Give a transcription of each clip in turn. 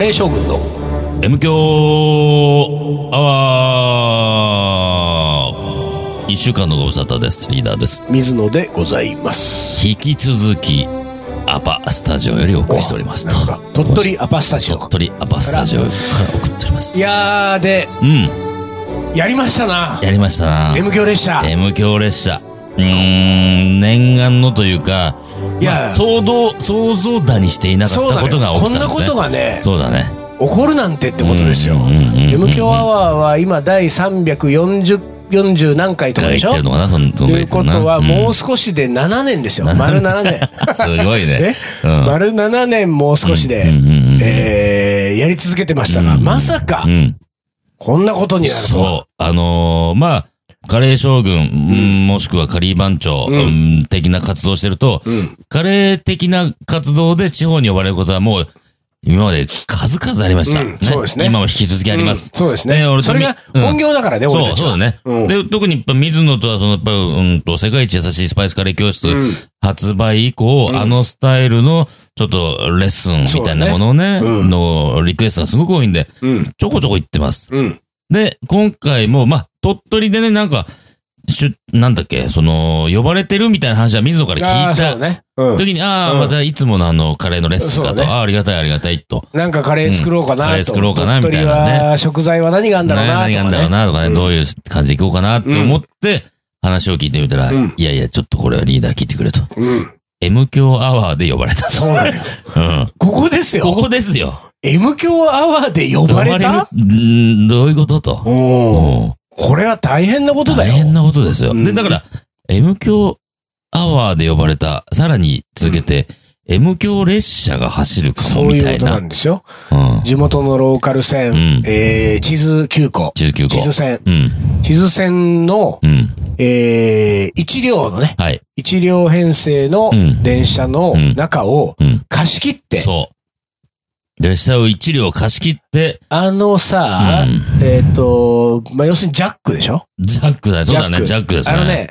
ー将軍の M 強アワー一週間のご無沙汰です。リーダーです。水野でございます。引き続き、アパスタジオよりお送りしておりますなるほどと。鳥取アパスタジオ鳥取アパスタジオから送っております。いやーで、うん。やりましたな。やりましたな。 M 強列車。 M 強列車。うーん、念願のというか、いやまあ、想像、想像だにしていなかそうっただことがね。起こきんたなんですね。ことがね、そうだね。起こるなんてってことですよ。うんうんうんうんうん M 強アワーは今第340、40何回とかがで言しっょてるのかな、そのということは、うもう少しで7年 ですよ。丸7年。ん。すごいね ね。丸7年もう少しで、うんうんうんえーやり続けてましたが、まさかう、ん。こんなことになるとは。そう。あのーまあ、カレー将軍、うんもしくはカリー番長、うんうん的な活動をしてると、うん。カレー的な活動で地方に呼ばれることはもう、今まで数々ありました。うんそうですね今も引き続きあります。うんそうですね。ね俺とそれがみうん本業だからね、そ俺うた、ちそうは。だね。うんで、特にやっぱ水野とは、その、やっぱ、うんと、世界一優しいスパイスカレー教室うん発売以降、あのスタイルの、ちょっと、レッスンみたいなものをね、そうだねうんのリクエストがすごく多いんで、うん。ちょこちょこ行ってます。うん。で、今回も、まあ、鳥取でね、なんか、しゅ、なんだっけ、その、呼ばれてるみたいな話は水野からあ聞あ、いそたうね。うん。時に、ああ、うんまたいつものあの、カレーのレッスンかそうと、だねああ、ありがたい、ありがたい、と。なんかカレー作ろうかなと。うんカレー作ろうかなみたいなね鳥取は食材は何があるんだろうなとか、何ね。があんだろうな、とかね、どういう感じで行こうかな、と思って、話を聞いてみたら、うんいやいや、ちょっとこれはリーダー聞いてくれと。うん。 M 強アワーで呼ばれた。そうなのよ。うん。 ここですよ。ここですよ。 M 強アワーで呼ばれたるうんどういうことと。おお。うんこれは大変なことだ大よ。変なことですよ。うんで、だから、M 強アワーで呼ばれた、さらに続けて、M 強列車が走るかそうもみいたうこいとなな。んですよ。うん。地元のローカル線、うんえー、地図急行。 19地図個。線。うん。地図線の、うん。えー、一両のね、はい。一両編成のうん電車の中をうん貸し切って、そう。列車を1両貸し切って、あのさ、えっ、と、まあ、要するにジャックでしょジャックだね。そうだね。ジャックですね。あの。ね、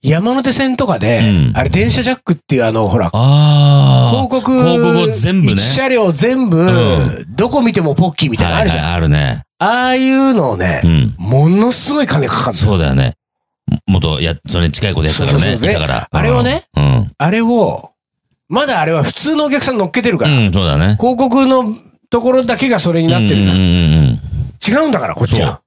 山手線とかで、うんあれ電車ジャックっていうあの、ほら、あ広告、広告を全部ね一車両全部、うどこ見てもポッキーみあ。たいなのあはいるじはいゃん。あるね。ああいうのをねう、ん。ものすごい金かかるのそうだよね。も元、や、それに近いことやってたからそうね。そそいううたから。あれをねうん。あれを、まだあれは普通のお客さん乗っけてるから、うん。うん、そうだね。広告のところだけがそれになってるうんじうゃんん。うんうん。違うんだから、こっちは。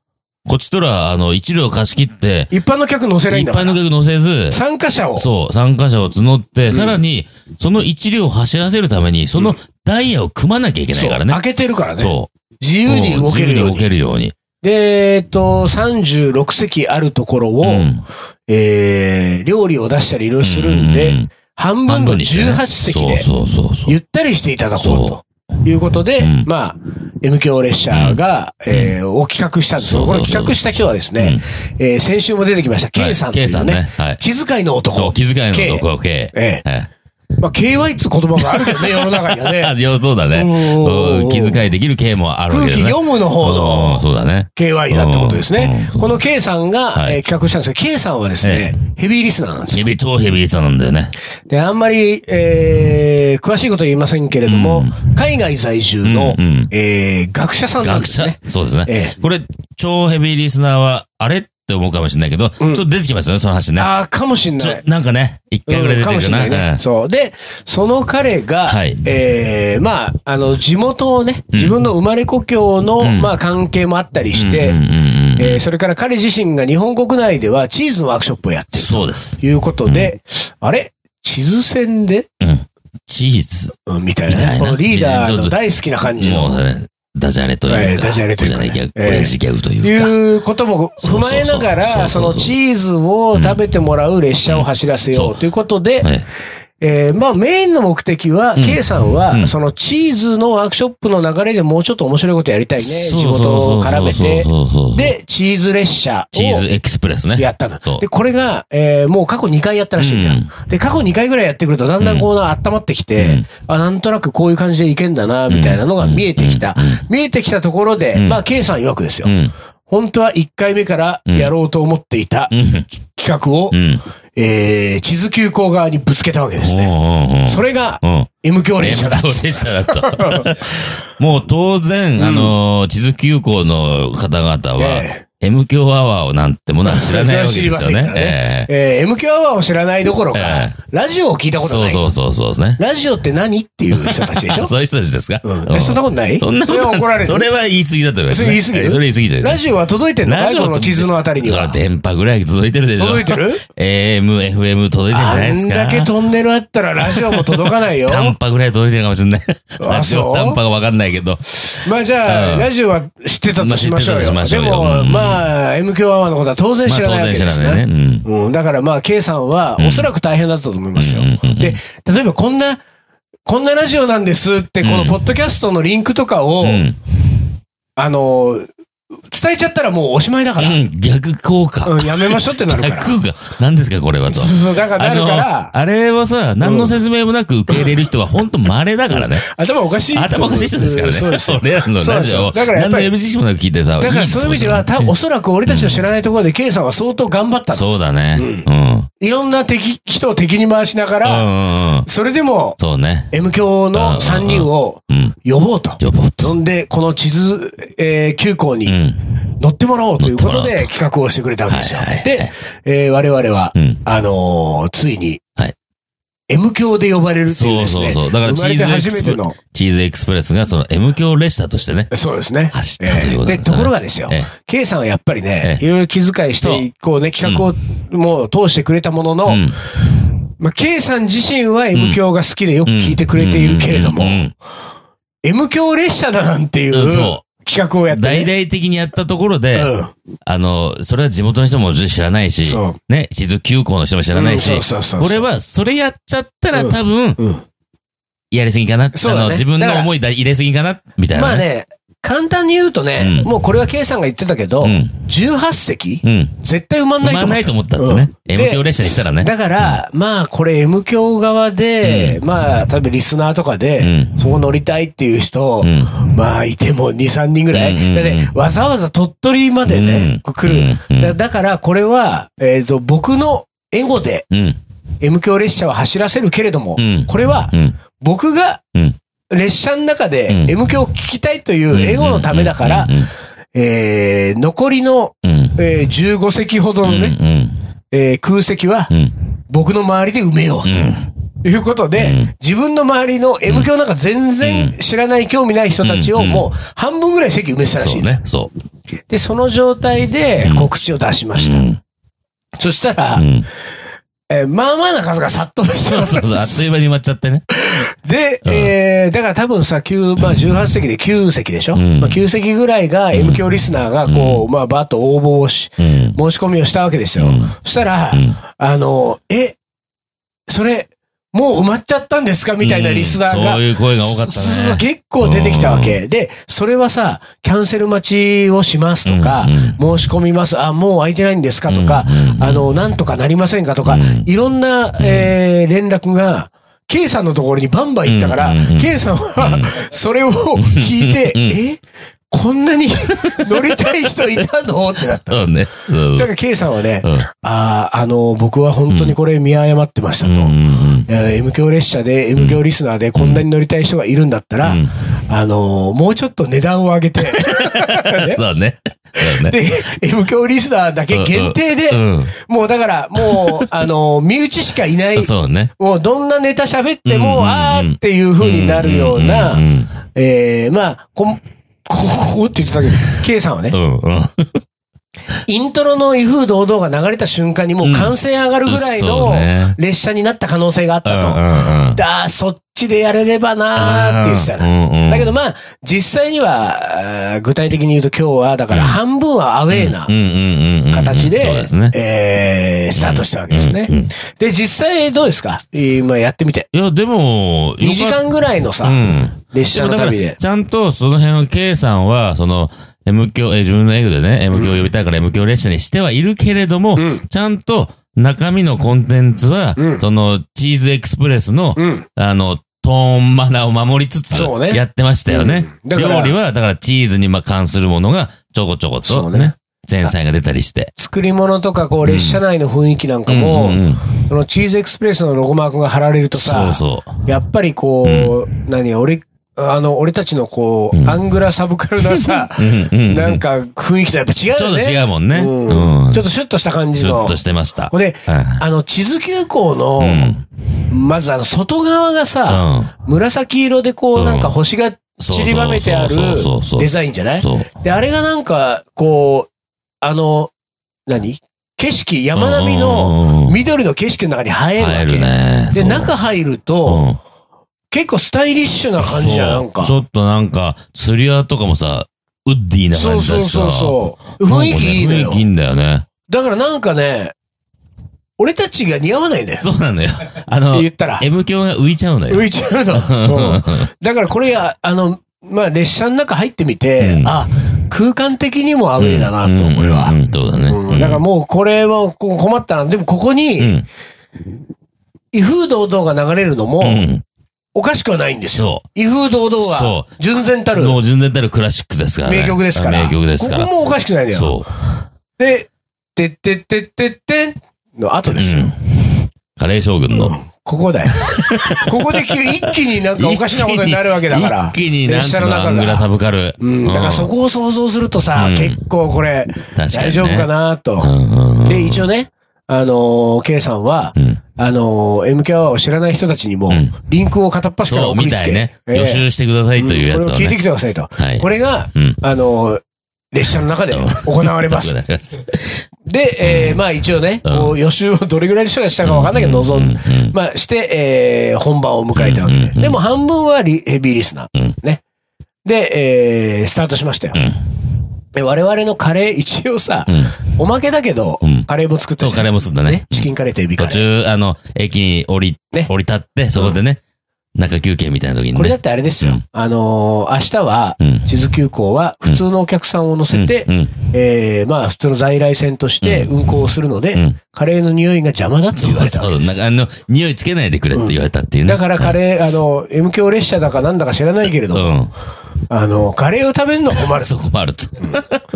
こっちとら、あの、一両貸し切って、一般の客乗せないいんっだかぱいらの。客乗せず、参加者を。そう、参加者を募って、さらに、その一両を走らせるために、そのダイヤを組まなきゃいけないからそうね。開けてるからね。そう。自由に動けるよう自由に。に動けるように。で、えっと、36席あるところを、うんえー、料理を出したりいろいろするんで、うう半半分の分にしてね18席で、そうそうそうそう。ゆったりしていただこそうということで、うんまあ、M 響列車が、えーを企画したんですけど、そうこそれうそう企画した人はですね、えー先週も出てきました、はい K さんとい K さうんね、ね。はい。気遣いのそ男う、。気遣いの男、K。えはいえまあ、KY っつう言葉があるけどね、世の中にはね。 あ、よそうだね。うんうん気遣いできる K もあるわ空けだ気ね。読むの方うのんそうだね。 KY だってことですね。うんこの K さんが、はいえー企画したんですけど、K さんはですね、ヘビーリスナーなんですヘよ。ビ、超ヘビーさなんだよね。で、あんまり、えー、詳しいことは言いませんけれども、海外在住の、うんうんえー、学者さんなんで学す者、ね。そうですね、えこれ、超ヘビーリスナーは、あれって思うかもしれないけど、ちょっと出てきますよね、その話ね。ああ、かもしんちなょい。なんかね、一回ぐらい出てかもるしよんな。ないね。そう。で、その彼が、はいええまあ、あの、地元をね、自分の生まれ故郷の、んまあ、関係もあったりうんして、うんうんうんえーそれから彼自身が日本国内ではチーズのワークショップをやっているそうです。ということで、あれ地図戦で、チーズ。うんみたいなみたね。いなこのリーダーの大好きな感じもの。うね、ダジャレとえいえうか、ダジャレというかねおじゃれギャグ、ええ親父ギャグというか。いうことも踏まえながら、そそうそうそうそうそうそうのチーズを食べてもらう列車を走らせようんうということで、ええーまあメインの目的は、K さんは、んそのチーズのワークショップの流れでもうちょっと面白いことやりたいね。え仕事を絡めて。そうそうそうそうそうそう、で、チーズ列車チーズをエクスプレスね。やったのそ。うで、これが、えーもう過去2回やったらしいんだよ。で、過去2回ぐらいやってくると、だんだんこうな、温まってきて、あ、なんとなくこういう感じでいけんだな、みたいなのが見えてきた。見えてきたところで、まあ、K さん曰くですよう。ん。本当は1回目からやろうと思っていたうん。企画をう、ん。えー、地図急行側にぶつけたわけですね。うんうんうん。それがうん。 M 強列車だ。連携列 車だと。もう当然、あの、地図急行の方々は、え M 強アワーをなんてものは知らないわけです知よりませんからねね。えええー、M 強アワーを知らないどころかえ、ラジオを聞いたことそなうい。そうそうそうですね。ラジオって何っていう人たちでしょあ そういう人たちですかうんうで。んそんなことないそんなことれは怒られる。それは言い過ぎだと思いますそね。れ言い過ぎるそれ言い過ぎだよラね。ジオは届いてんのかいこっのて地図のあたりにそはら。電波ぐらい届いてるでしょ。届いてる AM、FM 届いてるんじゃあないですんか。だけトンネルあったらラジオも届か ないよ。短波ぐらい届いてるかもしれない。ラジそ オう短波がわかんないけど。まあじゃあ、うんラジオは知ってたとしましょうよ。まあ知ってでたとしましょうよも、うんまあ、M 強アワーのことは当然まあ知ら当ないわけ然で知らすね。ないね。うん。うん、だからまあ、K さんは、おそらく大変だったと思いますよ。うんうんうんうんで、例えばこんな、こんなラジオなんですって、このポッドキャストのリンクとかを、うん。あの、伝えちゃったらもうおしまいだから、うん、逆効果。うん、やめましょうってなるか逆ら。効果。何ですか、これはとそう。そう、だからあなるのから、、あれはさ、何の説明もなく受け入れる人は本当稀だからね。頭おかしい。頭おかしい人ですからね。そうですよ俺らのラジオそうそを。うだからやっ何ぱのり MC もなく聞いてさ。だからそういう意味では、たおそらく俺たちの知らないところで K さんは相当頑張ったの。そうだね。ううんん。うんいろんな敵、人を敵に回しながうら、んうん。それでも、そうね。 M 教うんうんうのん3人をうん。呼ぼうと。呼ぼうと。そんで、この地図、えー急行うにん。乗ってもらおうということ乗ってもらでおう企画をしてくれたわけですよはいはいは。いで、えー我々は、うん。あのーついにはい、 M 教で呼ばれるっていうそでうすそうね。そう。だから生チまーれてズエクス初めプての、チーズエクスプレスがその M 強列車としてね、そうですね。走えったというこーとで、ですとよね。ころがですよええ、 K さんはやっぱりねえ、えいろいろ気遣いして、こうね、企画をもう通してくれたものの、うん。まあ、K さん自身は M 教が好きでよく聞いてくれているけれどもうん、うん M 教列車だなんていううんそ企画をやって、大ね。々的にやったところで、うんあの、それは地元の人も知らないしそう、ね、地図急行の人も知らないし、うんそうそうそうそうこれは、それやっちゃったらうん多分、うんやりすぎかな、そうだねあの、自分だかのら思いだ入れすぎかな、みたいまな、あ。ね、簡単に言うとね、うんもうこれは K さんが言ってたけど、うん18席、うん。絶対埋まん埋ないまと思んなうい。と思ったってね。うん M 強列車にしたらね。だから、まあこれ M 教側で、うまあ多分リスナーとかで、うそこ乗りたいっていう人、ん。うん。まあいても2、3人ぐらい。うんうんうんだってねわざわざ鳥取までね、うん来る。うんだだからこれは、えっ、と、僕のエゴでうん。 M 教列車は走らせるけれども、うんこれはうん。僕がうん列車の中でうん M 教を聞きたいというエゴのためだからう、ん。えー残りの、うん。えー15席ほどのうん。ね、えー空席はうん。うん。僕の周りで埋めよううということで、うん自分の周りの M 教なんか全然知らない、興味ない人たちをうんもう半分ぐらい席埋めてたん。らしそいうね。ね。そう。で、その状態で告知を出しました。うん。そしたら、うん。えーまあまあな数が殺到してそうそうそう。あっという間に埋まっちゃってね。で、うんえーだから多分さ、9、まあ18席で9席でしょ、うんまあ、9席ぐらいが M 教リスナーがこう、まあバーッと応募をし、うん。申し込みをしたわけですよ。うんそしたら、うんあの、え、それ、もう埋まっちゃったんですかみたいなリスナーが。うんそういう声が多かったねそう結構出てきたわけ。で、それはさ、キャンセル待ちをしますとか、申し込みます、あ、もう空いてないんですかとか、あの、なんとかなりませんかとか、うんいろんな、えー連絡が、K さんのところにバンバン行ったから、うんうんうん K さんは、それを聞いて、えこんなに 乗りたい人いたのってなった。そうね。そうだから K さんはね、うんああ、あの、僕は本当にこれ見誤ってましたと。うんうんえー M 教列車で、M 教リスナーでこんなに乗りたい人がいるんだったら、うんあのーもうちょっと値段を上げ て、ねそうね。そうね。で、M 教リスナーだけ限定で、うんもうだから、も う、あのー身内しかいない、そうね。もうどんなネタ喋っても、うんうんうんあーっていう風になるような、んんえーまあ、こ ん、こここって言ってたけど、K さんはねう、んうん。イントロの威風堂々が流れた瞬間にもう歓声上がるぐらいうんそうのね列車になった可能性があったと。だだあそっちでやれればなーって言ってたね。だけどまあ、実際には、あー具体的に言うと今日は、だからうん半分はアウェーな形でそうですね、。えースタートしたわけですねうんうん。で、実際どうですか今やってみて。いや、でも、 2時間ぐらいのさう、ん。列車のだから旅で。ちゃんとその辺は K さんは、その、M 教、え、自分の英語でね、M 教呼びたいから M 教列車にしてはいるけれども、うんちゃんと中身のコンテンツは、うんその、チーズエクスプレスの、うん。あの、トーンマナーを守りつつそうね、やってましたよね。うんだから料理は、だからチーズにまあ関するものがちょこちょこそとうね。ね。前菜が出たりして。作り物とか、こう、列車内の雰囲気なんかも、うんうんうんそのチーズエクスプレスのロゴマークが貼られるとそさ、うそう。やっぱりこう、何、俺、あの、俺たちのこう、アングラサブカルな さ、うんうんうんなんか雰囲気とやっぱ違うちょよっとね。違うもんね。ううんん。ちょっとシュッとした感じシュのッ。としてました。ほんで、うあの、地図急行の、ん。まずあの、外側がさ、うん。紫色でこう、うんなんか星が散りばめてあるそうそうそうそうデザインじゃないそう。で、あれがなんか、こう、あの、何景色、山並みの、の緑の景色の中に入るわけ。入るね。で、そう中入ると、うん結構スタイリッシュな感じじゃん、なんか。そうちょっとなんか、釣り輪とかもさ、ウッディなそ感うじそうだしさ。そうそう。雰囲気いいのなんかねよ雰囲気い。いんだよね。だからなんかね、俺たちが似合わないんだよ。そうなのよ。あの、言ったら。 M 響が浮いちゃうのよ。浮いちゃうの。 うんだからこれ、ああの、まあ、列車の中入ってみてう、んあ、空間的にもアウェイだなと、これはう。ん。うんそうだね。うんだからもうこれはこう困ったな。でもここうに、ん。威風堂々が流れるのもう、ん。おかしくはないんですよそ。威風堂々はそ、純然たるもう純然たるクラシックですからね。名曲ですから。名曲ですから。ここもおかしくないのよ。そう。で、てってってってってんの後ですよ。うんカレー将軍の。ここだよ。 ここで急一気になんかおかしなことになるわけだから。一気に、なんつうの、アングラサブカル。うん、だからそこを想像するとさ、うん結構これ、確かにね大丈夫かなうと。んうんうんで、一応ね、あのー、K さんは、うんあのー、MK アワーを知らない人たちにもん、リンクを片っ端からそう、送りみつたけ、いね。ええ予習してくださいというやつうんをこれを聞いてきね。てくださいと。はいこれが、うんあのー、列車の中で行われ ます。で、えーまあ一応ね、うんこう予習をどれぐらいの人がしたかわかんないけど、望ん、まあして、えー本番を迎えたわけうんうんうで。んでも半分はリヘビーリスナうんー。ね。で、えースタートしましたよ。で我々のカレー、一応さ、おまけだけどうん、カレーも作ってそう、カレーもすんだね。チキンカレーとエビカ途レー。中、あの、駅に降りね、降り立って、そこでね、中休憩みたいな時にこれだっね。てあれですようん。あのー明日はうん、地図急行は普通のお客さんを乗せてう、んうんえーまあ普通の在来線として運行をするのでうん、カレーの匂いが邪魔だってそ言わうれたわけそう。なんか、あの、匂いつけないでくれって言われたっていうね。だからカレー、あの、M 強列車だかなんだか知らないけれども、うん。あの、カレーを食べるのは困る。そこもあると。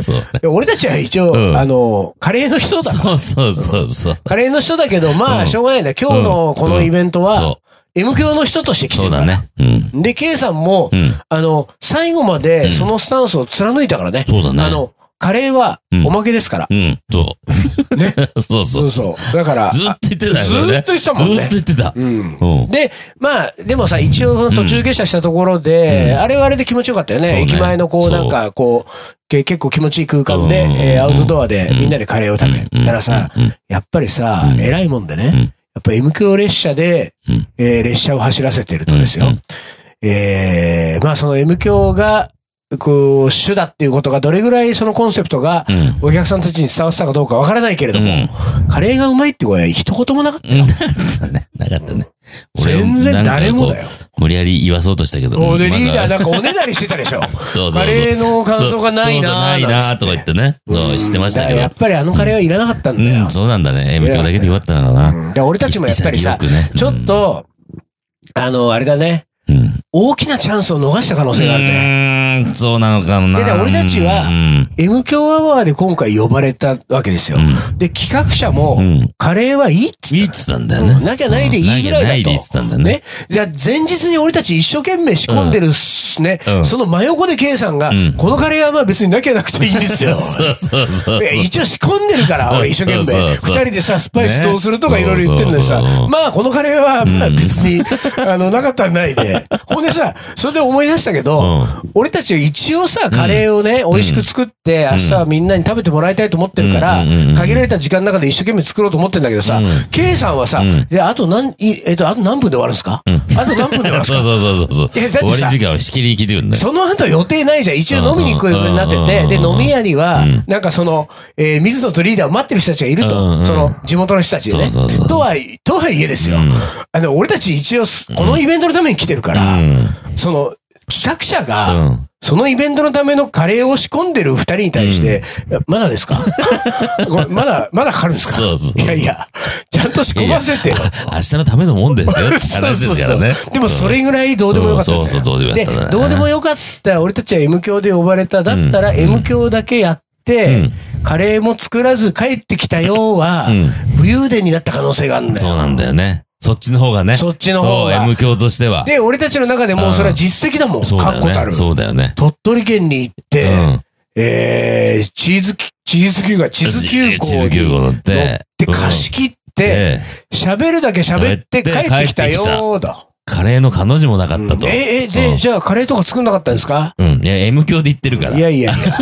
そうね。で俺たちは一応、うんあの、カレーの人だ。そうそうそうそう。カレーの人だけど、まうあ、んしょうがないんだ。今日のこのイベントは、そ M 強の人としてう。来てそるうかだら。ね。うん。で、K さんも、うん。あの、最後までそのスタンスを貫いたからね。そうだね。あの、カレーはうんおまけですから。うん、そう。ね そうそう。ずそうそう。だから、っと言ってたよ、あそれねずっと言ってたもんねずっと言ってた。うん。うん。で、まあ、でもさ、一応、途中下車したところで、うんあれはあれで気持ちよかったよね。そうね駅前のこう、そうなんか、こう、け結構気持ちいい空間で、うんえーアウトドアでうんみんなでカレーを食べうんたらさ、うんやっぱりさ、うん偉いもんでね、うんやっぱ M 強列車で、うんえー列車を走らせてるとですよ。うんえーまあ、その M 強が、こう、主だっていうことが、どれぐらいそのコンセプトが、うん。お客さんたちに伝わってたかどうかわからないけれども、カレーがうまいって声は一言もなかった。 なかったね。なかったね。全然誰もだよ。よ。無理やり言わそうとしたけど。おでまだリーダーなんかおねだりしてたでしょ。 そうそうそうカレーの感想がないなそうそうないなとか言ってね。そう、してましたけだからやどっ。ぱりあのカレーはいらなかったんだようん、。そうなんだね。M 響だけでよかったのかな。だから俺たちもやっぱりさ、潔くねちょっ、と、あの、あれだね、うん。う大きなチャンスを逃した可能性があるね。ーん、そうなのかな。でで俺たちはうん。 M 強アワーで今回呼ばれたわけですよ。で、企画者もう、ん。カレーはいいっついいっっつったんだたよの。ね。なきゃないでいいぐらいだと。うんなきゃないでいいっつったんだよね。ね。じゃあ前日に俺たち一生懸命仕込んでるっすね、うんその真横で K さんが、うんこのカレーはまあ別になきゃなくていいんです よ。そうそうそうそ う。いや一応仕込んでるから、俺一生懸そ命。うそ二うそう人でさ、スパイスどうするとかねいろいろ言ってるのにさそうそうそ、うまあこのカレーは、まあ別に、あの、なかったらない で。ほんでさ、それで思い出したけど、俺たち一応さ、カレーをね、美味しく作って、明日はみんなに食べてもらいたいと思ってるからうんうんうんう、ん限られた時間の中で一生懸命作ろうと思ってんだけどさうん、 K さんはさん、で、あと何、いえっと、あと何分で終わるんですかあと何分で終わるんですそうかそうそうそう。いやだってさ終わり時間をしきりに聞いてくんだよ。その後予定ないじゃん。一応飲みに行くようになってて、うんで、飲み屋にはうん、なんかその、えー水野とリーダーを待ってる人たちがいるうんうと。んその、地元の人たちでねそうそうそ。うとは、とはいえですよ。あの、俺たち一応す、このイベントのために来てるから、その、企画者が、うん。そのイベントのためのカレーを仕込んでる二人に対して、いやまだ ですかごめんまだ、まだかかるんですかそうそうそういやいや、ちゃんと仕込ませてよ。明日のためのもんです よって話ですからねそうそうそ。うでもそれぐらいどうでもよかったんだよ、うんそうそうどうでもよかったねでどうでもよかった俺たちは M 教で呼ばれただったら M 教だけやっって、カレーも作らず帰ってきたようは、うん。武勇伝になった可能性があるんだよ。そうなんだよね。そっちの方がね。そっちの方がそう、M 教としては。で、俺たちの中でもうそれは実績だもん。そうだかっこたよるね。。そうだよね。鳥取県に行って、うん。えー、チーズき、チーズ球がチーズ急地図急行に行だっ。乗ってて貸し切っうんて、で喋るだけ喋って帰帰ってってきたよーだ。カレーの彼女もなかったうんと。え、え、うんで、じゃあカレーとか作んなかったんですかうん。いや、M 教で言ってるから。いやいやいや。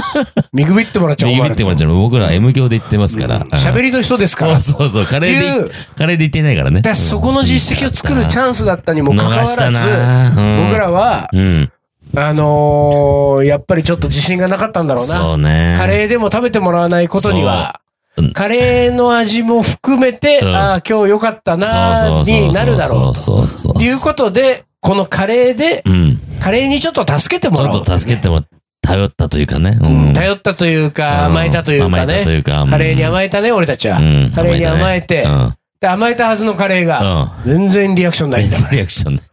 見くびってもらっちゃ困ビる。ビってもらっちゃう。僕らは M 教で言ってますから。うん喋りの人ですから。そうそうそう。カってレーいで、う、カレーで言ってないからね。だからそこの実績を作るチャンスだったにもかかわら逃ずした、なぁ僕、らは、うん。うん。あのーやっぱりちょっと自信がなかったんだろうな。そうね。カレーでも食べてもらわないことにはそううん、カレーの味も含めて、うんああ、今日良かったなそうそうー、そうそうになるだろうと。そうそうそう。いうことで、このカレーで、うん。カレーにちょっと助けてもちらょおう。っと助けても、頼ったというかね。うんっ頼ったというか、甘えたというか甘えたとね。いうか。カレーにえ甘えたね、俺たちは。うんカレーに甘えてうん。うん。で甘えたはずのカレーが、全然リアクションない全んだから。然リアクションない。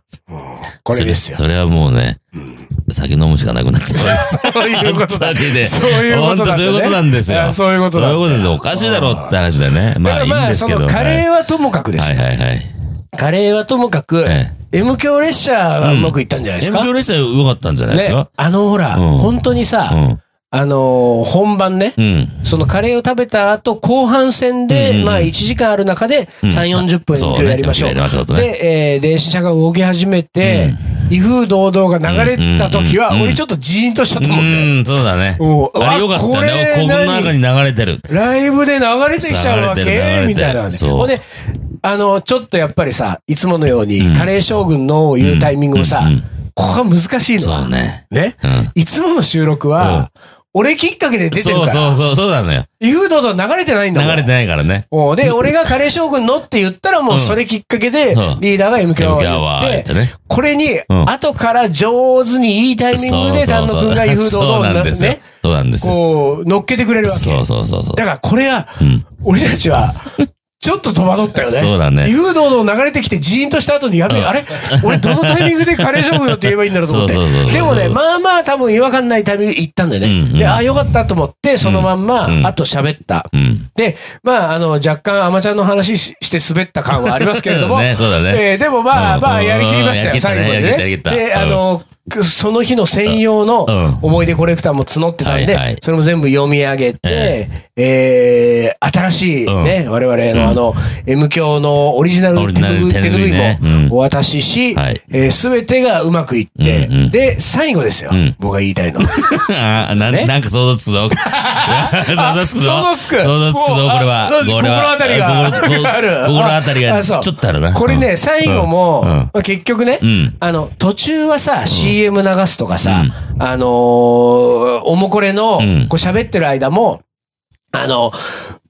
これですよ。それそれはもうね、酒飲むしかなくなっちゃう。そう いうことだ本。当にねそういうこと本当だ、ね。そういうことなんですいよ。やそういうことだ。そういうことですよ。おかしいだろうって話だよね。だまかあらいいんですけそど。のカレーはともかくですよ、はいはいはいはい。カレーはともかく、え M 強列車はうまくいったんじゃないえ。です遠か、距列車良かったんじゃないですねか。あのほら、うん本当にさ、うん。あのー本番ね、うん。そのカレーを食べた後、後半戦で、うんうんうんまあ1時間ある中でうん3、40分そ M 強うねやりましょう。遠距離やりましょうとねで、えー電車が動き始めて、威風堂々が流れた時は、うんうんうん俺ちょっとジーンとしたと思うんだよ。うん、そうだね。おうあれ良かったね。これここの中に流れてる。ライブで流れてきちゃうわけ流れてる流れてるみたいなね。そうほんで、あの、ちょっとやっぱりさ、いつものようにうん、カレー将軍の言うタイミングをさうんうん、ここが難しいのそはう、ね。ね。うん。いつもの収録は、俺きっかけで出てるそうかそうら、そう、そうなのよ。イフードと流れてないん流だもん。れてないからね。おうで、俺がカレー将軍のって言ったらもううんそれきっかけでうん、リーダーが MK を MK やはっ、言っててね。これに、うん後から上手にいいタイミングでそ丹う野そうそうくんがイフードそうなんをですよね、。そうなんですよ。こう、乗っけてくれるわけそ。うそうそうそう。だからこれは、うん俺たちは、ちょっと戸惑ったよね。そうだね誘導の流れてきてジーンとした後に、やべえ、あれ俺どのタイミングでカレー勝負よって言えばいいんだろうと思って。そうそうそうそうでもね、まあまあ多分違和感ないタイミングで行ったんだよね。うんうんで、ああ、よかったと思って、そのまんま、うんあと喋った。うん。で、まあ、あの、若干、アマちゃんの話しして滑った感はありますけれども、 ねそうだねえーでもまあ、うんまあ、やりきりましたよ、やりきった最ね後までやりね。きったやりきで、ったあの、くその日の専用のうん思い出コレクターも募ってたんはいはでい、それも全部読み上げて、えー新しいね、我々のあの、M 教のオリジナル手オリジナル手ぬ拭ぐいいねもお渡ししはい、すべてがうまくいってうんう、んで、最後ですようん、僕が言いたいの。 あーなねなんか想像つく ぞ。想像つくぞ。想像つく想像つくぞ、もうあこれは。そうこれは心当たりがこ ここある心当たりあがあちそょうっとあるな。これうね、ん最後も、うんまあ結局ね、うんあの、途中はさ、CM 流すとかさ、あのーおもこれの、うんこう喋ってる間も、あの、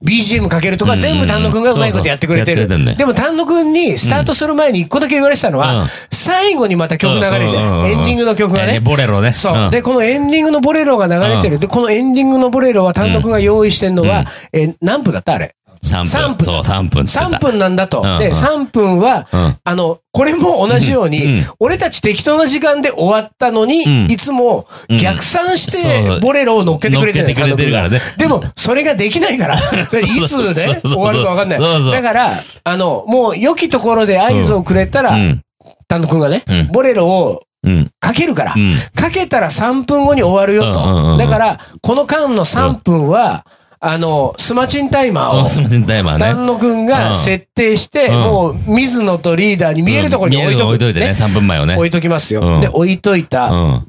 BGM かけるとか、うん全部丹野くんがうまいことやってくれてそうる。そうやってくれてんだよでも丹野くんにスタートする前に一個だけ言われてたのは、うん最後にまた曲流れるじゃん。うんうんうんうんエンディングの曲がえーね。ボレロね。そう。んで、このエンディングのボレロが流れてる。で、このエンディングのボレロは丹野くんが用意してんのは、えー何分だったあれ。 3 3分。分そう、3分っつってた。 3分なんだと。うんうで、ん3分は、うんあの、これも同じように、うんうん俺たち適当な時間で終わったのに、うんいつもうん逆算しそうて、ボレロを乗っけてくれて乗っけてくれてるからねでも、それができないから、でいつ そうそうね、終わるか分かんない。そうそうだから、あの、もう良きところで合図をくれたら、うん。丹野くんがね、うんボレロをうん。かけるから、うん。かけたら3分後に終わるようんうんうんうと。んだから、この間の3分は、あの、スマチンタイマーあを、すみません、タイマーね。丹野くんうがん設定して、うんもう水野とリーダーに見えるところに置いとうん見えるとこに置いとくいてね、3分前をね。置いときますよ。うんで、置いといた。うん。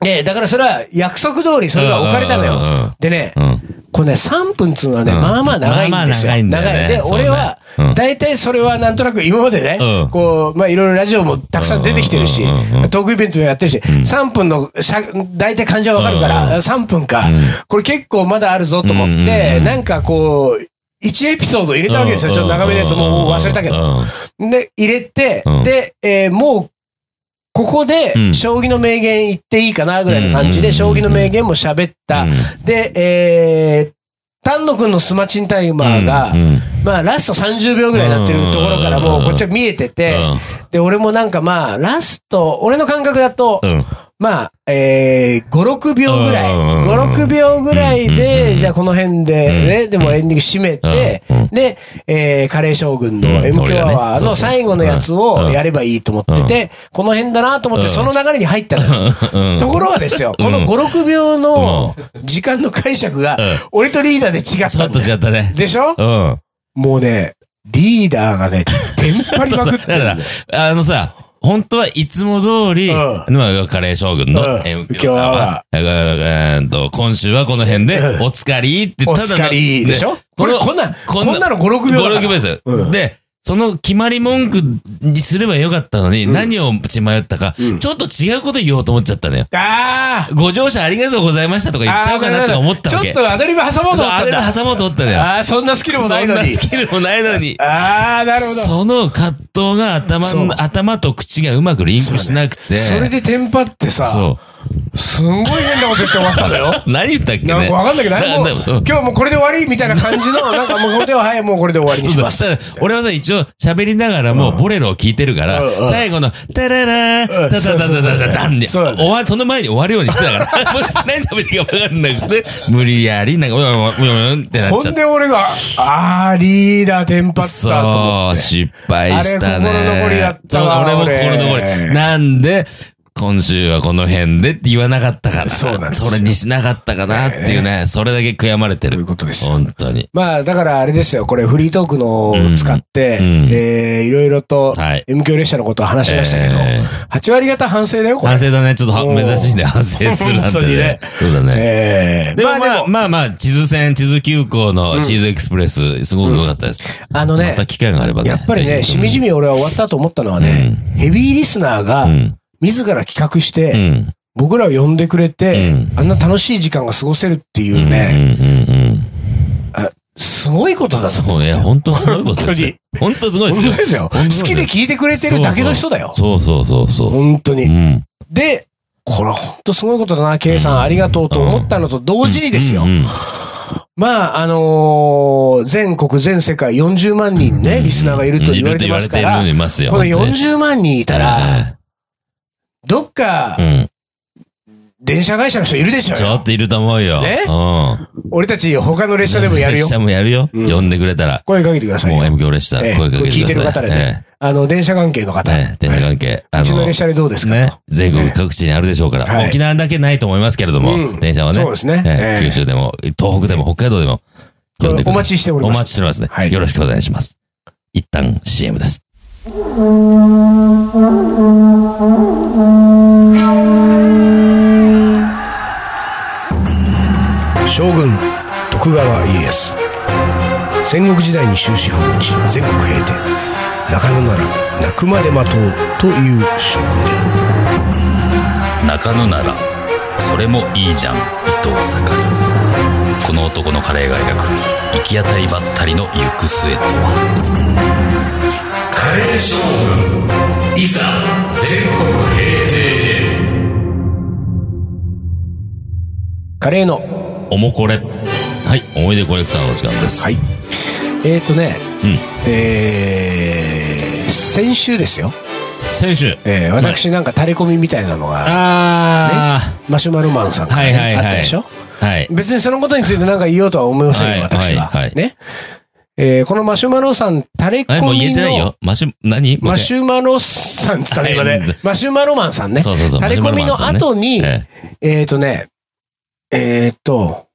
で、だからそれは約束通りそれが置かれたのうんうんうんうんよ。でね、うん。これね、3分っつうのはね、うんまあまあ長いんですよ。まあまあ長いんだよねで、そう俺ねはうん、大体それはなんとなく今までねうん、こう、まあいろいろラジオもたくさん出てきてるしうんうんうんうん、トークイベントもやってるし、3分のしゃ、大体感じはわかるかうんうんら、3分かうん。これ結構まだあるぞと思っうんうんうて、んなんかこう、1エピソード入れたわけですよ。ちょっと長めのやつもう忘れたけどう。んで、入れて、うんで、えーもう、ここでう、ん将棋の名言言っていいかなぐらいの感じうで、ん将棋の名言も喋った。で、えー、丹野くんのスマチンタイマーがうん、うんまあ、ラスト30秒ぐらいになってるところからもう、こっちは見えてて、で、俺もなんかまあ、ラスト、俺の感覚だとう、ん。ままあ、えー、5、6秒ぐらい、うん5、6秒ぐらいで、うんじゃあこの辺で、ね、でもエンディング締めてうん、で、えー、カレー将軍のうん m k 俺アがワねーの最後のやつをやればいいと思ってて、この辺だなと思って、その流れに入ったのよ。うんところがですよ、この5、6秒の時間の解釈がうん、俺とリーダーで違っちょたっんとだよ。違ったね。でしょうん。もうね、リーダーがね、テンパりまくってるんだ よ。ら、あのさ、本当はいつも通り、うん沼がカレー将軍の、うんえー今日はえーえーっと、今週はこの辺で、うんお疲れって、お疲れでしょこれこんな、こんなの5、6 5、秒だ6か秒ら。ですよ、うんで、その決まり文句にすればよかったのに、何を血迷ったか、うんちょっと違うこと言おうと思っちゃったのよ。あーご乗車ありがとうございましたとか言っちゃおうかなとか思ったわけ。ちょっとアドリブ挟もうと思っあたんれだ。挟もうと思ったのよ。ああ、そんなスキルもないのそんにな。スキルもないのに。ああ、なるほど。その葛藤が頭そうの、頭と口がうまくリンクしなくて。それでテンパってさ、そすんごい変なこと言って終わったんだよ。う。何言ったっ けね。なんかわかんないけど、なもうなうん今日もうこれで終わりみたいな感じの、 なんかもうこれでは、はい、もうこれで終わりにしそうまそす。したら俺はさ、一応喋りながらもボレロを聞いてるからうんうん、最後の、タララー、うんタタタタタタダンで、そ終うだねわ、その前に終わるようにしてたから、も う何喋っていいか分かんなくて、無理やり、なんか、うわうわうわうわってなほっちゃんって。で俺が、ああ、リーダーテンパったと思そっう、て。失敗したね。あれ心残りだったそうわ俺も俺心残り。なんで、今週はこの辺でって言わなかったかな。そうなんですよそれにしなかったかなっていうね、それだけ悔やまれてというる。ことですよ。本当に。まあ、だからあれですよ、これフリートークのを使って、うんえーいろいろと、はい。 M 響列車のことを話しましたけど、え8割方反省だよ、これ反。省だね。ちょっとはおー珍しいね。反省するなんて本当にねね。そうだね。ええでまもあでまあも、まあまあ、地図線、地図急行のチーズエクスプレス、すごく良かったです。あのまねた、機会があればね。やっぱりぜね、ひしみじみ俺は終わったと思ったのはね、ヘビーリスナーがうん。自ら企画しうて、ん。僕らを呼んでくれてうん、。あんな楽しい時間が過ごせるっていううんね、うんうんうん。すごいことだぞ。そうね、本当すごいことですよ。本当すごいで本す当よ。ですよ。本当好ですよきで聞いてくれてるだけの人だよ。そうそうそうそう。本当うに。ん。で、これは本当すごいことだな、K さんありがとうと思ったのと同時にですようん。うんまあ、あのー全国全世界40万人ね、リスナーがいると言われてますかいると言らわれて、いますよ。この本当に40万人いたら、どっかうんうん電車会社の人いるでしょうちょよっ。といると思うよ。ねうん。俺たち他の列車でもやるよ列。車もやるよ。うん呼んでくれたら。声かけてくださいもうよ。 M 行列車、ええ声かけて聞いてくるだ方さでい。ねあの、電車関係の方。ええええ電車関係。あうちの列車でどうですかねと。、全国各地にあるでしょうから、はい沖縄だけないと思いますけれども、うん電車はね。そうですねええええ九州でも、東北でも、北海道でも、呼んでくれお待ちしておりおま待ちす。しておりますね、はいよろしくお願いします。一旦 CM です。将軍、徳川家康。戦国時代に終止符を打ち、全国平定。中野なら、泣くまで待とうという将軍である。中野ならそれもいいじゃん伊藤盛りこの男のカレーが描く行き当たりばったりの行く末とはカレー将いざ全国平定へカレーの。おもこれはい思い出コレクターの時間ですはい。えっ、ー、とね、うんえー、先週ですよ。先週えー、私なんかタレコミみたいなのが、あマシュマロマンさんからね、はいはいはいあったでしょーはい別にそのことについて何か言おうとは思いませんよ、はいはい私は。はいね。えーこのマシュマロさん、タレコあれもう言ミえてないのよマシュ何マシュマロさんっつったね、今はいね。マシュマロマンさんね。そうそうそうタレコミのマシュマロマンさ後に、ュええっ、ー、とね、えっ、ー、と、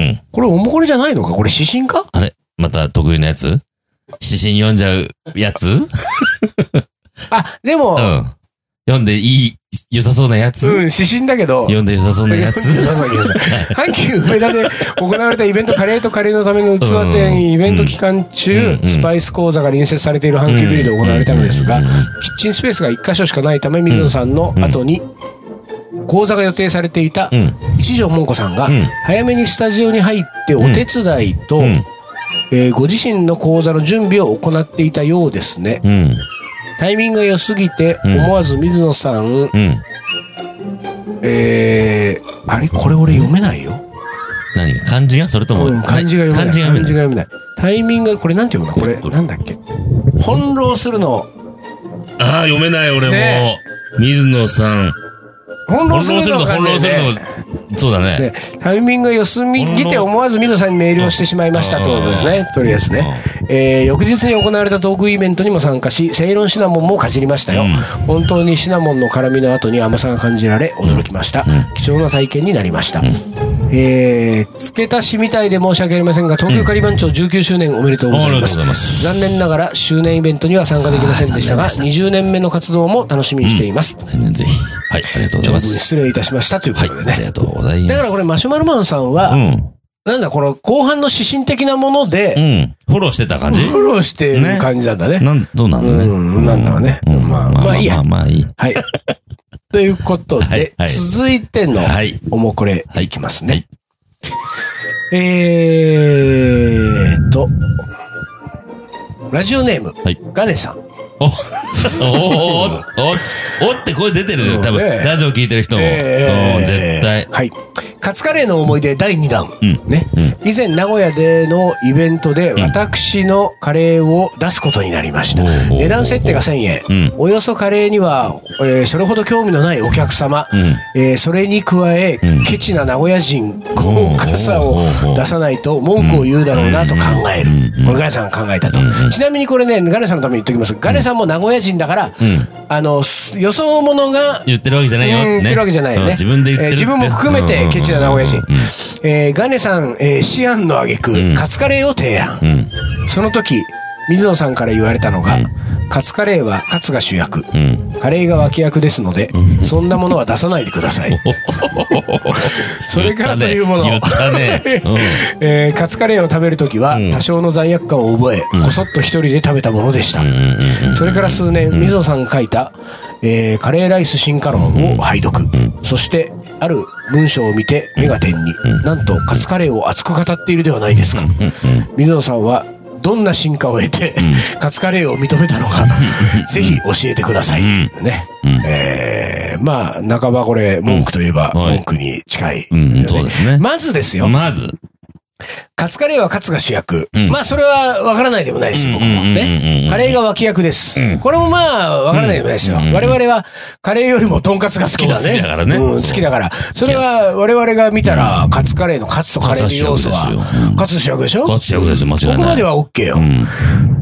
うんこれおもこれじゃないのかこれ指針かえまた得意なやつ指針読んじゃうやつうんあ、でも、うん、読んでいい良さそうなやつ、指針だけど、読んで良さそうなやつ良さそうなや阪急上田で 行われたイベント、カレーとカレーのための器店イベント期間中、うんスパイス講座が隣接されている阪急ビルで行われたのですが、キッチンスペースが1箇所しかないため、水野さんの後に、講座が予定されていたうん、一条もんこさんがうん、早めにスタジオに入ってお手伝いと、うん、えーご自身の講座の準備を行っていたようですね。うん、タイミングが良すぎて、うん思わず水野さん、うん。えーあれこれ俺読めないよ。何が漢字がそれとも、うん、漢字が読めない。漢字が読めない。めない。タイミングが、これなんて読むのこれ、なんだっけ。翻弄するの。ああ、読めない、俺ね水野さん、翻弄する翻弄するのの感翻じ弄するでねのそうだねでタイミングが良すぎて思わず皆さんにメールをしてしまいましたということですね。とりあえずね。えー翌日に行われたトークイベントにも参加し、セイロンシナモンもかじりましたよ。本当にシナモンの辛みの後に甘さが感じられ、驚きました。貴重な体験になりました。えー付け足しみたいで申し訳ありませんが、東京カリバン町19周年おめでとうございます。ありがとうございます残念ながら、周年イベントには参加できませんでしたが、あー残20年目の活動も楽しみにしています。ぜひはいありがとうございます失礼いたしましたというこはいとでね。ありがとうございますだからこれ、マシュマロマンさんは、なんだ、この後半の指針的なものうで、んうんフォローしてた感じフォローしてる感じなんだね。なんどうなんだねうんなんだろうねうんまあまあいいやまあまあいい はい。ということで、はいはい続いての、はいおもこれ、いきますね。はいえーと、ラジオネーム、はいガネさん。お おおおおおって声出てるよ多分うんねラジオ聞いてる人もえーうん絶対はい。カツカレーの思い出第2弾。うんね。以前、名古屋でのイベントで、私のカレーを出すことになりました。おうおうおう値段設定が1000円。うんおよそカレーには、えーそれほど興味のないお客様、んえーそれに加え、うんケチな名古屋人豪華さを出さないと文句を言うだろうなと考える、うんこれガネさんが考えたと、ちなみにこれねガネさんのために言っておきますガネさんも名古屋人だから、んあのす予想ものが言ってるわけじゃないようん言ってるわけじゃないようね。ん自分で言ってえーるって自分も含めうんうんうてんケチな名古屋人。えーガネさん、えーシアンの挙句、カツカレーを提案。うんその時、水野さんから言われたのが、カツカレーはカツが主役。うんカレーが脇役ですので、そんなものは出さないでください。 それからというもの。言った ねうんえーカツカレーを食べるときはうん多少の罪悪感を覚え、こそっと一人で食べたものでした、うんうんうんそれから数年、水野さんが書いた、えーカレーライス進化論を拝読。そして、ある文章を見て、目が点に、なんと、カツカレーを熱く語っているではないですか。水野さんは、どんな進化を得て、カツカレーを認めたのか、ぜひ教えてください。ね。えーまあ、半ばこれ、文句といえば、うんはい文句に近い。うんそうですねまずですよ。まずカツカレーはカツが主役。んまあ、それは分からないでもないし、うん僕もうんうんうねん。カレーが脇役です。うんこれもまあ、分からないでもないですよ。うんうん我々は、カレーよりもトンカツが好きだそうね。好きだからねうん、そう好きだから。それは、我々が見たら、カツカレーのカツとカレーの要素カツが主役ですようはん、カツ主役でしょカツ主役ですよ間違いないここまでは OK よう。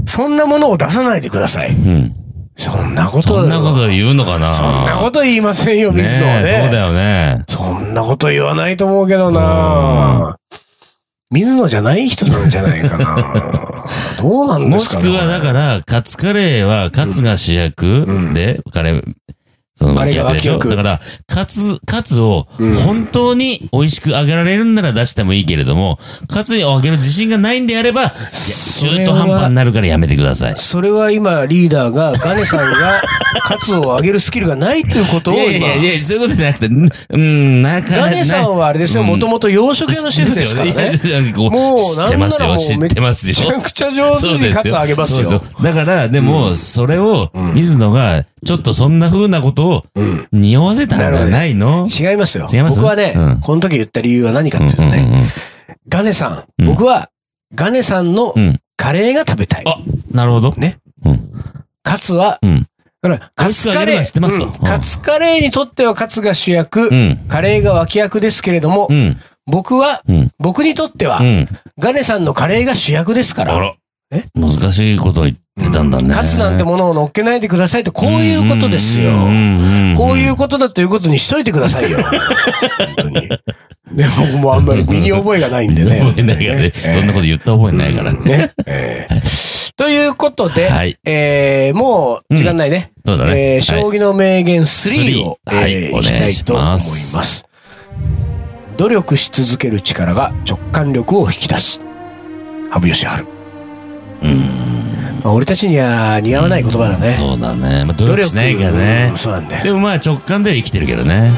んそんなものを出さないでください。うんそんなこと、そんなこと言うのかなそんなこと言いませんよ、ねえ水野はそうだよねそんなこと言わないと思うけどな水野じゃない人なんじゃないか などうなんでもすしかくねは、だから、カツカレーは、カツが主役うんで、カレー、そのカレ脇ーが役でしょ。脇役だから、カツ、カツをうん、本当に美味しく揚げられるんなら出してもいいけれども、カツを揚げる自信がないんであれば、いやそれは中途半端になるからやめてください。それは今、リーダーが、ガネさんが、カツを上げるスキルがないということをい今や、いやいやいや、そういうことじゃなくて、んうん、なかなガか。ネさんはあれですよ、もともと洋食屋のシェフですからね。ももう知ってますなんならもよ、う知ってますよ。めちゃくちゃ上手にカツ上げますそうよで。すだから、でも、それを、水野が、ちょっとそんな風なことを、匂わせたんじゃないの違いますよ。違います僕はね、うんこの時言った理由は何かっていうとね、ガネさん、僕は、ガネさんのうんカレーが食べたい。あ、なるほど。ね。うん。カツは、うんだからカツカ美味しく揚げるレのー、は知ってますとうんうんカツカレーにとってはカツが主役、うん。カレーが脇役ですけれども、うん。僕は、うん。僕にとっては、うん。ガネさんのカレーが主役ですかあら、ら。難しいこと言ってたんだね。。カツなんてものを乗っけないでくださいって、こういうことですよ。こういううことだということにしといてくださいよ。 本当に。ね、僕もあんまり身に覚えがないんでね。覚えないからね。そんなこと言った覚えないから。 ね。えーということで、はいえーもう時間ないね。そうだね。えー将棋の名言3を、はいえーはいいきたいと思いま。お願いします努力し続ける力が直感力を引き出す。羽生善治。まあ、俺たちには似合わない言葉だね。そうだね。まあ、努力しないからうねん。そうなんだよ。でもまあ直感では生きてるけどね。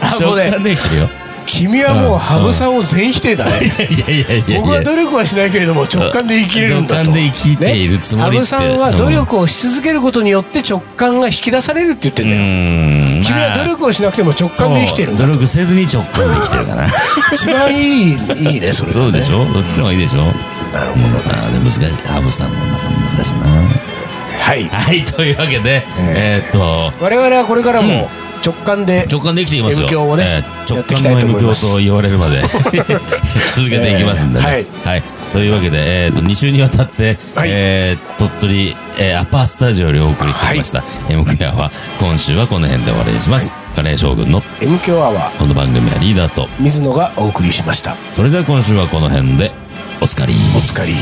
あも直うね感では生きてるよ。君はもう羽生さんを全否定だね。いやいやいやいや。 僕は努力はしないけれども直感で生きれるんだと。直感で生きているつもりってね羽生さんは努力をし続けることによって直感が引き出されるって言ってんだよ。君君は努力をしなくても直感で生きてるんだ努。力せずに直感で生きてる かな。一番いい、いいね、それ、ね。そうでしょ。ょどっちの方がいいでしょなるほうど。んあーでも難しい。ハブさんもなかなか難しいな。はい。はい、というわけで、えーっと、我々はこれからも、直感で直感で生きていきますよ。 M 響をねえーや直感のっていきたいと M 思い響ますと言われるま で続けていきますんでね。えはい、というわけで、えー、と2週にわたって、はいえー鳥取、えーアッパースタジオよりお送りしてきました、M クエアは今週はこの辺で終わりにします。カレー将軍の M 強アワーこの番組はリーダーと、水野がお送りしましたそれでは今週はこの辺でおつかり。お疲れ